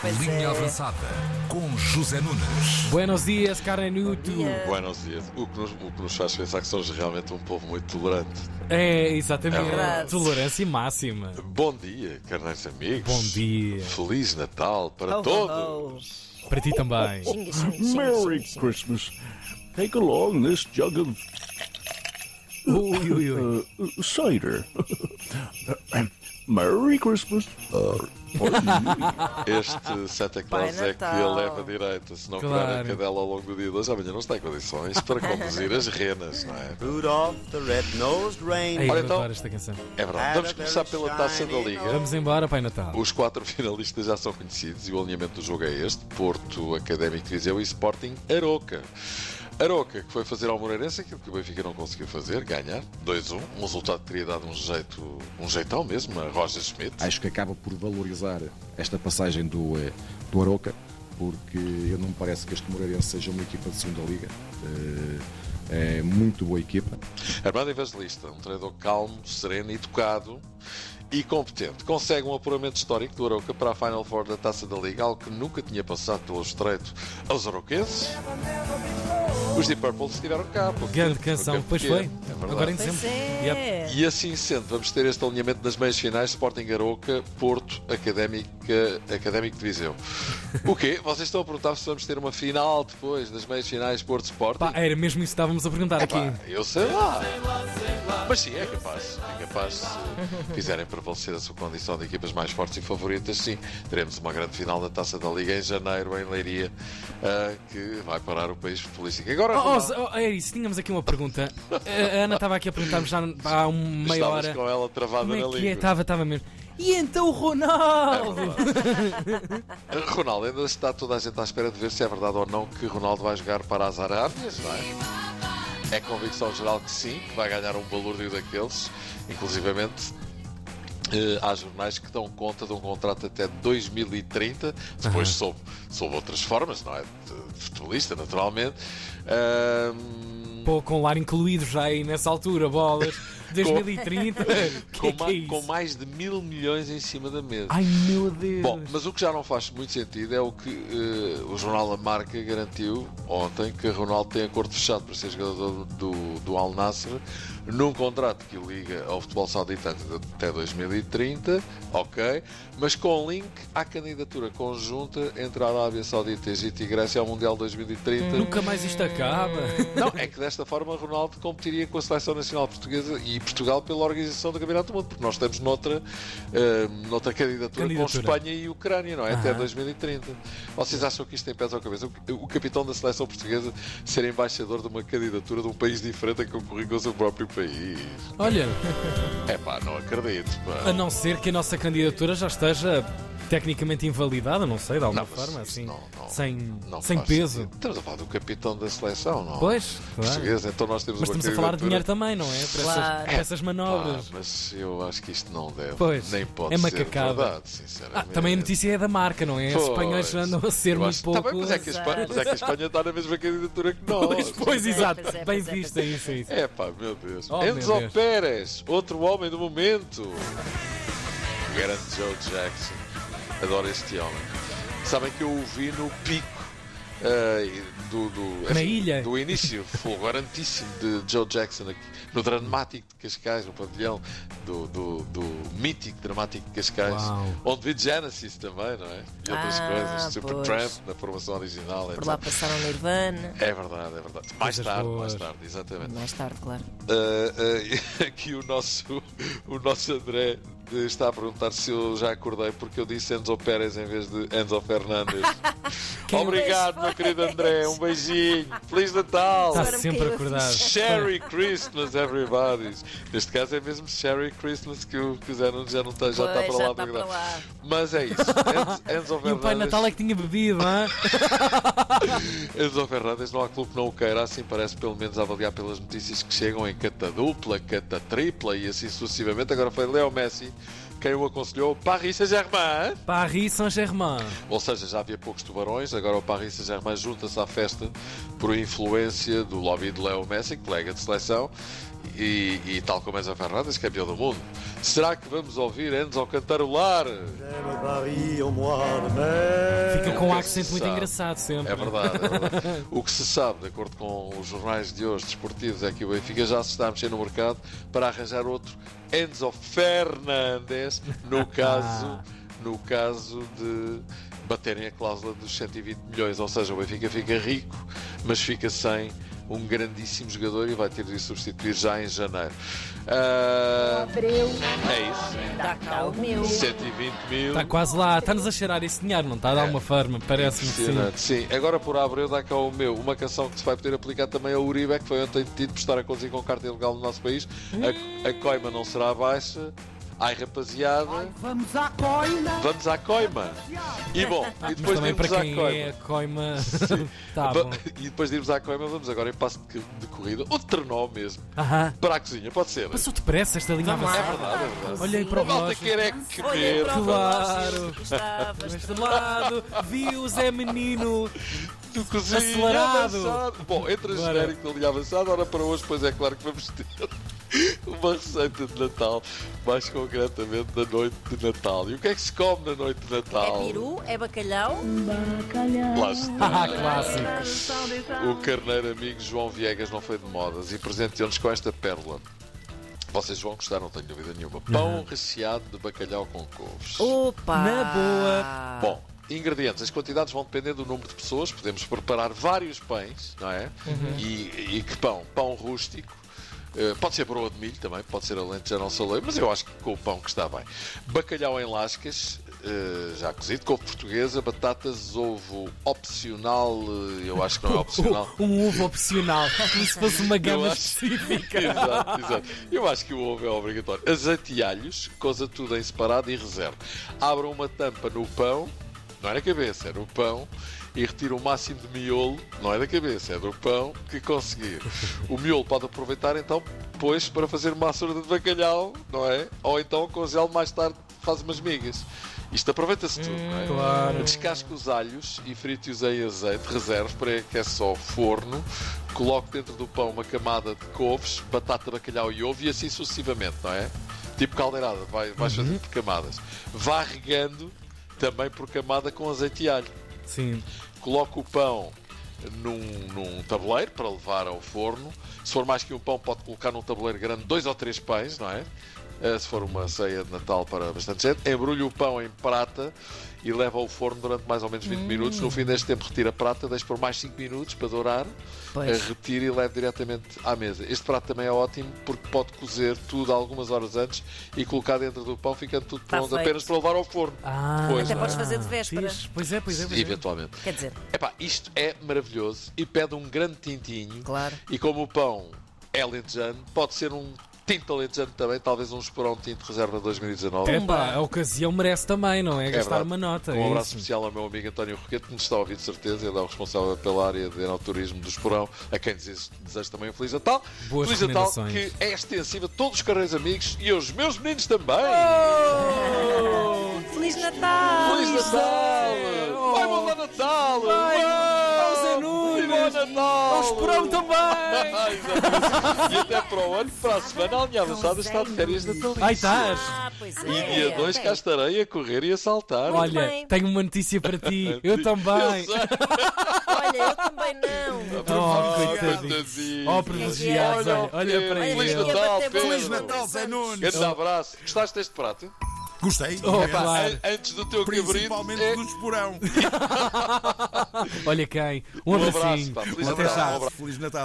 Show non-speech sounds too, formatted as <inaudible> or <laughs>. Pois Linha é. Avançada com José Nunes. Buenos dias, cara Nuto. Buenos dias. O que, nos, o que nos faz pensar que somos realmente um povo muito tolerante. É, exatamente. É verdade. Tolerância máxima. Bom dia, carnais amigos. Bom dia. Feliz Natal para Oh, todos. oh. Para ti também. Xinga, xinga, xinga, Merry xinga, xinga. Christmas. Take along this jug of Ui, ui, ui. uh, uh, cider. <laughs> Merry Christmas. Uh, pardon me. Este Santa Claus Pai é que Natal. eleva direita. Se não Claro. curar a cadela ao longo do dia de hoje, amanhã não está em condições para conduzir as renas, não é? Rudolph the red-nosed Ei, reindeer. eu Ora então. adoro esta canção. É verdade. Vamos começar pela taça da Liga. Vamos embora, Pai Natal. Os quatro <laughs> finalistas já são conhecidos e o alinhamento do jogo é este: Porto, Académico de Viseu e Sporting Aroca. Aroca, que foi fazer ao Moreirense aquilo que o Benfica não conseguiu fazer, ganhar 2-1, um resultado que teria dado um jeito, um jeitão mesmo a Roger Schmidt. acho que acaba por valorizar esta passagem do, eh, do Aroca, porque eu não me parece que este Moreirense seja uma equipa de segunda liga. Eh, É muito boa equipa. Armando Evangelista, um treinador calmo, sereno, educado e competente. Consegue um apuramento histórico do Aroca para a Final Four da Taça da Liga, algo que nunca tinha passado pelo estreito aos aroquenses. Os Deep Purple estiveram cá. pelo Grande tempo, canção. pelo tempo Pois que é. foi. É verdade. Agora em Pois dezembro. Yep. é. E assim sendo, vamos ter este alinhamento nas meias finais: Sporting Aroca, Porto, Académica, Académico de Viseu. O quê? Vocês estão a perguntar se vamos ter uma final depois, nas meias finais, Porto Sporting? Pá, era mesmo isso que estávamos a perguntar aqui. Pá, eu sei lá. Mas sim, é capaz. É capaz se fizerem prevalecer a sua condição de equipas mais fortes e favoritas, sim. Teremos uma grande final da Taça da Liga em janeiro, em Leiria, ah, que vai parar o país futbolístico. Agora, Oh, oh, Zé- oh, é isso, tínhamos aqui uma pergunta. A a Ana estava aqui a perguntar-me já há uma meia estavas hora. com ela travada Como na é que língua. é? Estava, estava mesmo. E então o Ronaldo? <laughs> Ronaldo, ainda está toda a gente à espera de ver se é verdade ou não que Ronaldo vai jogar para as Arábias, não é? É convicção geral que sim, que vai ganhar um balúrdio daqueles, inclusivamente. eh, há jornais que dão conta de um contrato até 2030, depois sob, sob outras formas, não é? De, de futebolista, naturalmente. Ahm, Pô, com lar incluído já aí nessa altura, bolas. 2030. <laughs> que com, é que ma- é isso? com mais de mil milhões em cima da mesa. Ai meu Deus. Bom, mas o que já não faz muito sentido é o que eh, o jornal da Marca garantiu ontem que Ronaldo tem acordo fechado para ser jogador do, do Al Nasser num contrato que o liga ao futebol saudita até 2030, ok, mas com link à candidatura conjunta entre a Arábia Saudita, Egito e Grécia ao Mundial 2030. Nunca mais isto acaba. <laughs> Não, é que desta forma Ronaldo competiria com a Seleção Nacional Portuguesa e Portugal pela organização do Campeonato do Mundo, porque nós estamos noutra, eh, noutra candidatura, Candidatura. com Espanha e Ucrânia, não é? Até Aham. 2030. Vocês acham que isto tem pés ao cabeça? O, o capitão da Seleção Portuguesa ser embaixador de uma candidatura de um país diferente a concorrer com o seu próprio país? Olha, É pá, não acredito, a pá. não ser que a nossa candidatura já esteja tecnicamente invalidada, não sei, de alguma Não, mas forma, isso assim. não- não- sem Não sem faz peso. sentido. Estamos a falar do capitão da Seleção, não? Pois, claro. Portuguesa, então nós temos Mas uma estamos a falar de candidatura- dinheiro também, não é? Para, Claro. essas, para essas Ah, manobras. mas eu acho que isto não deve. Pois, nem pode é ser macacada. verdade, Ah, sinceramente. também a notícia é da marca, não é? Os Pois. espanhóis andam a ser Eu muito acho- Tá bem, pouco. mas, é que a Espanha, mas é que a Espanha está na mesma candidatura que nós. Pois, pois, Pois é, exato. pois é, Bem pois é, visto, é pois é. isso, é isso. É pá, meu Deus. Oh, meu Enzo Deus. Pérez, outro homem do momento. O grande Joe Jackson. Adoro este homem. Sabem que eu o vi no pico. ah, e do, do, assim, Na ilha. do <laughs> início fulgurantíssimo de Joe Jackson aqui, no Dramático de Cascais, no pavilhão do, do, do mítico Dramático de Cascais, Uau. onde vi Genesis também, não é? E outras Ah, coisas, Super pois. Tramp na formação original. Por etc. lá passaram Nirvana. É verdade, é verdade. Mais Coisas tarde, boas. mais tarde, exatamente. Mais tarde, claro. Uh, uh, <laughs> aqui o nosso, o nosso André uh, está a perguntar se eu já acordei porque eu disse Enzo Pérez em vez de <laughs> Enzo Fernandes. Obrigado, meu querido André. Um beijinho. Feliz Natal. Está Agora me Tá sempre caiu a <laughs> acordado. Sherry Christmas, everybody. Neste caso é mesmo Sherry Christmas que o que o Zé Nunes já não está, já está Pois, para lá. já está para para lá. <laughs> Mas é isso. Enzo- Enzo, tá E o Pai Fernandes- Natal é que tinha bebido, hã? Enzo Fernandes, não há clube que não o queira, assim parece pelo menos a avaliar pelas notícias que chegam em cata dupla, cata tripla e assim sucessivamente. Agora foi Leo Messi Quem o aconselhou? Paris Saint-Germain. Paris Saint-Germain. Ou seja, já havia poucos tubarões, agora o Paris Saint-Germain junta-se à festa por influência do lobby de Leo Messi, colega de seleção, e, e tal como Enzo Fernandes, campeão do mundo. Será que vamos ouvir Enzo cantarolar? Fica com um Nunca accent se muito sabe. engraçado sempre. É verdade, é verdade. O que se sabe, de acordo com os jornais de hoje desportivos, é que o Benfica já se está a mexer no mercado para arranjar outro Enzo Fernandes, no caso, no caso de baterem a cláusula dos 120 milhões. Ou seja, o Benfica fica rico, mas fica sem um grandíssimo jogador e vai ter de o substituir já em janeiro. Ah, é isso. Dá cá Tá, o meu. 120 mil. Está Tá quase lá, está-nos a cheirar esse dinheiro, não está? De alguma forma, parece-me que sim. É. Impressionante. Sim, agora por Abreu dá cá o meu. Uma canção que se vai poder aplicar também ao Uribe, que foi ontem detido por estar a conduzir com carta ilegal no nosso país. A, a coima não será baixa. Ai, rapaziada. vamos à coima! Vamos à coima! E bom, e Mas depois de também para irmos à quem é <laughs> coima. coima. Sim. <laughs> tá Va- bom. E depois de irmos à coima, vamos agora em passo de, de corrida. Ou de trenó mesmo. Aham. Para a cozinha, pode ser. Passou depressa esta linha É avançada. verdade, é verdade. Olhei para A o malta relógio. quer é Olhei comer. para o Claro. relógio, estavas Mas de lado, vi o Zé Menino. do cozinho Acelerado. avançado. Bom, entre a Bora. genérico da linha avançada, ora para hoje, pois é claro que vamos ter <laughs> uma receita de Natal, mais concretamente da noite de Natal. E o que é que se come na noite de Natal? É peru, é bacalhau. Lá está. Ah, clássico. Ah. O carneiro amigo João Viegas não foi de modas e presenteou-nos com esta pérola. Vocês vão gostar, não tenho dúvida nenhuma. Pão recheado de bacalhau com couves. Oh, Opa! boa. Na Bom, ingredientes. As quantidades vão depender do número de pessoas. Podemos preparar vários pães, não é? E, e que pão? Pão rústico. eh, pode ser broa de milho também, pode ser alentejano ou saleiro, mas eu acho que com o pão que está bem. Bacalhau em lascas, eh, já cozido, couve portuguesa, batatas, ovo opcional, eh, eu acho que não é opcional. Um ovo opcional. Como se fosse uma gama Eu acho- específica. <laughs> exato, exato. Eu acho que o ovo é obrigatório. Azeite e alhos, coza tudo em separado e reserva. Abram uma tampa no pão, não é na cabeça, é no pão, e retiram o máximo de miolo, não é da cabeça, é do pão, que conseguir. O miolo pode aproveitar então, depois, para fazer uma açorda de bacalhau, não é? Ou então congelo mais tarde, faz umas migas. Isto aproveita-se tudo, não é? claro. Descasque os alhos e frite-os em azeite, reserve para que é só forno. Coloque dentro do pão uma camada de couves, batata, bacalhau e ovo e assim sucessivamente, não é? Tipo caldeirada, vai, vais fazendo por camadas. Vá regando também por camada com azeite e alho. Sim. Coloque o pão num, num tabuleiro para levar ao forno. Se for mais que um pão, pode colocar num tabuleiro grande dois ou três pães, não é? Eh, Se for uma ceia de Natal para bastante gente, embrulhe o pão em prata e leva ao forno durante mais ou menos Hum. 20 minutos. No fim deste tempo, retira a prata, deixa por mais 5 minutos para dourar, Pois. eh, retira e leva diretamente à mesa. Este prato também é ótimo porque pode cozer tudo algumas horas antes e colocar dentro do pão, ficando tudo Tá pronto feito. apenas para levar ao forno. Ah, Pois, Até não é? podes fazer de véspera. Fixe. Pois é, pois é. Pois é. Eventualmente. Quer dizer, Epá, isto é maravilhoso e pede um grande tintinho. Claro. E como o pão é lentejano, pode ser um tinto lentejano também, talvez um esporão tinto reserva 2019. É pá, a ocasião merece também, não é? Gastar verdade. uma nota. Um é abraço isso. especial ao meu amigo António Roquete, que nos está a ouvir de certeza. Ele é o responsável pela área de enoturismo do Esporão, a quem desejo, desejo também um Feliz Natal. Boas Feliz Natal, que recomendações. é extensiva a todos os carreiros amigos e aos meus meninos também. Feliz Natal! Feliz Natal! Vai, bom Natal! Vai, Oh! ao Zé Nunes! Bom Natal! Ao Esperão também! e até é para o ano, para a semana, a linha avançada está de férias natalícias. Aí estás! Ah, pois é. E dia 2 Ok. cá estarei a correr e a saltar. Olha, bem. tenho uma notícia para ti. Eu também. <laughs> Eu sei. Olha, eu também não. Oh, Oh, coitadinho. coitadinho. Oh, privilegiados. Olha, Olha, olha para Feliz Olha, ele. Natal, ia bater Pedro. palmas. Feliz Natal, Zé Nunes. Grande abraço. Gostaste deste prato? Gostei. Oh, imenso. pá. An- Antes do teu cabrito. Principalmente é- do esporão. Olha quem. Um Um abraço, abracinho. pá. Feliz Um Natal. Um abraço. abraço. Feliz Natal.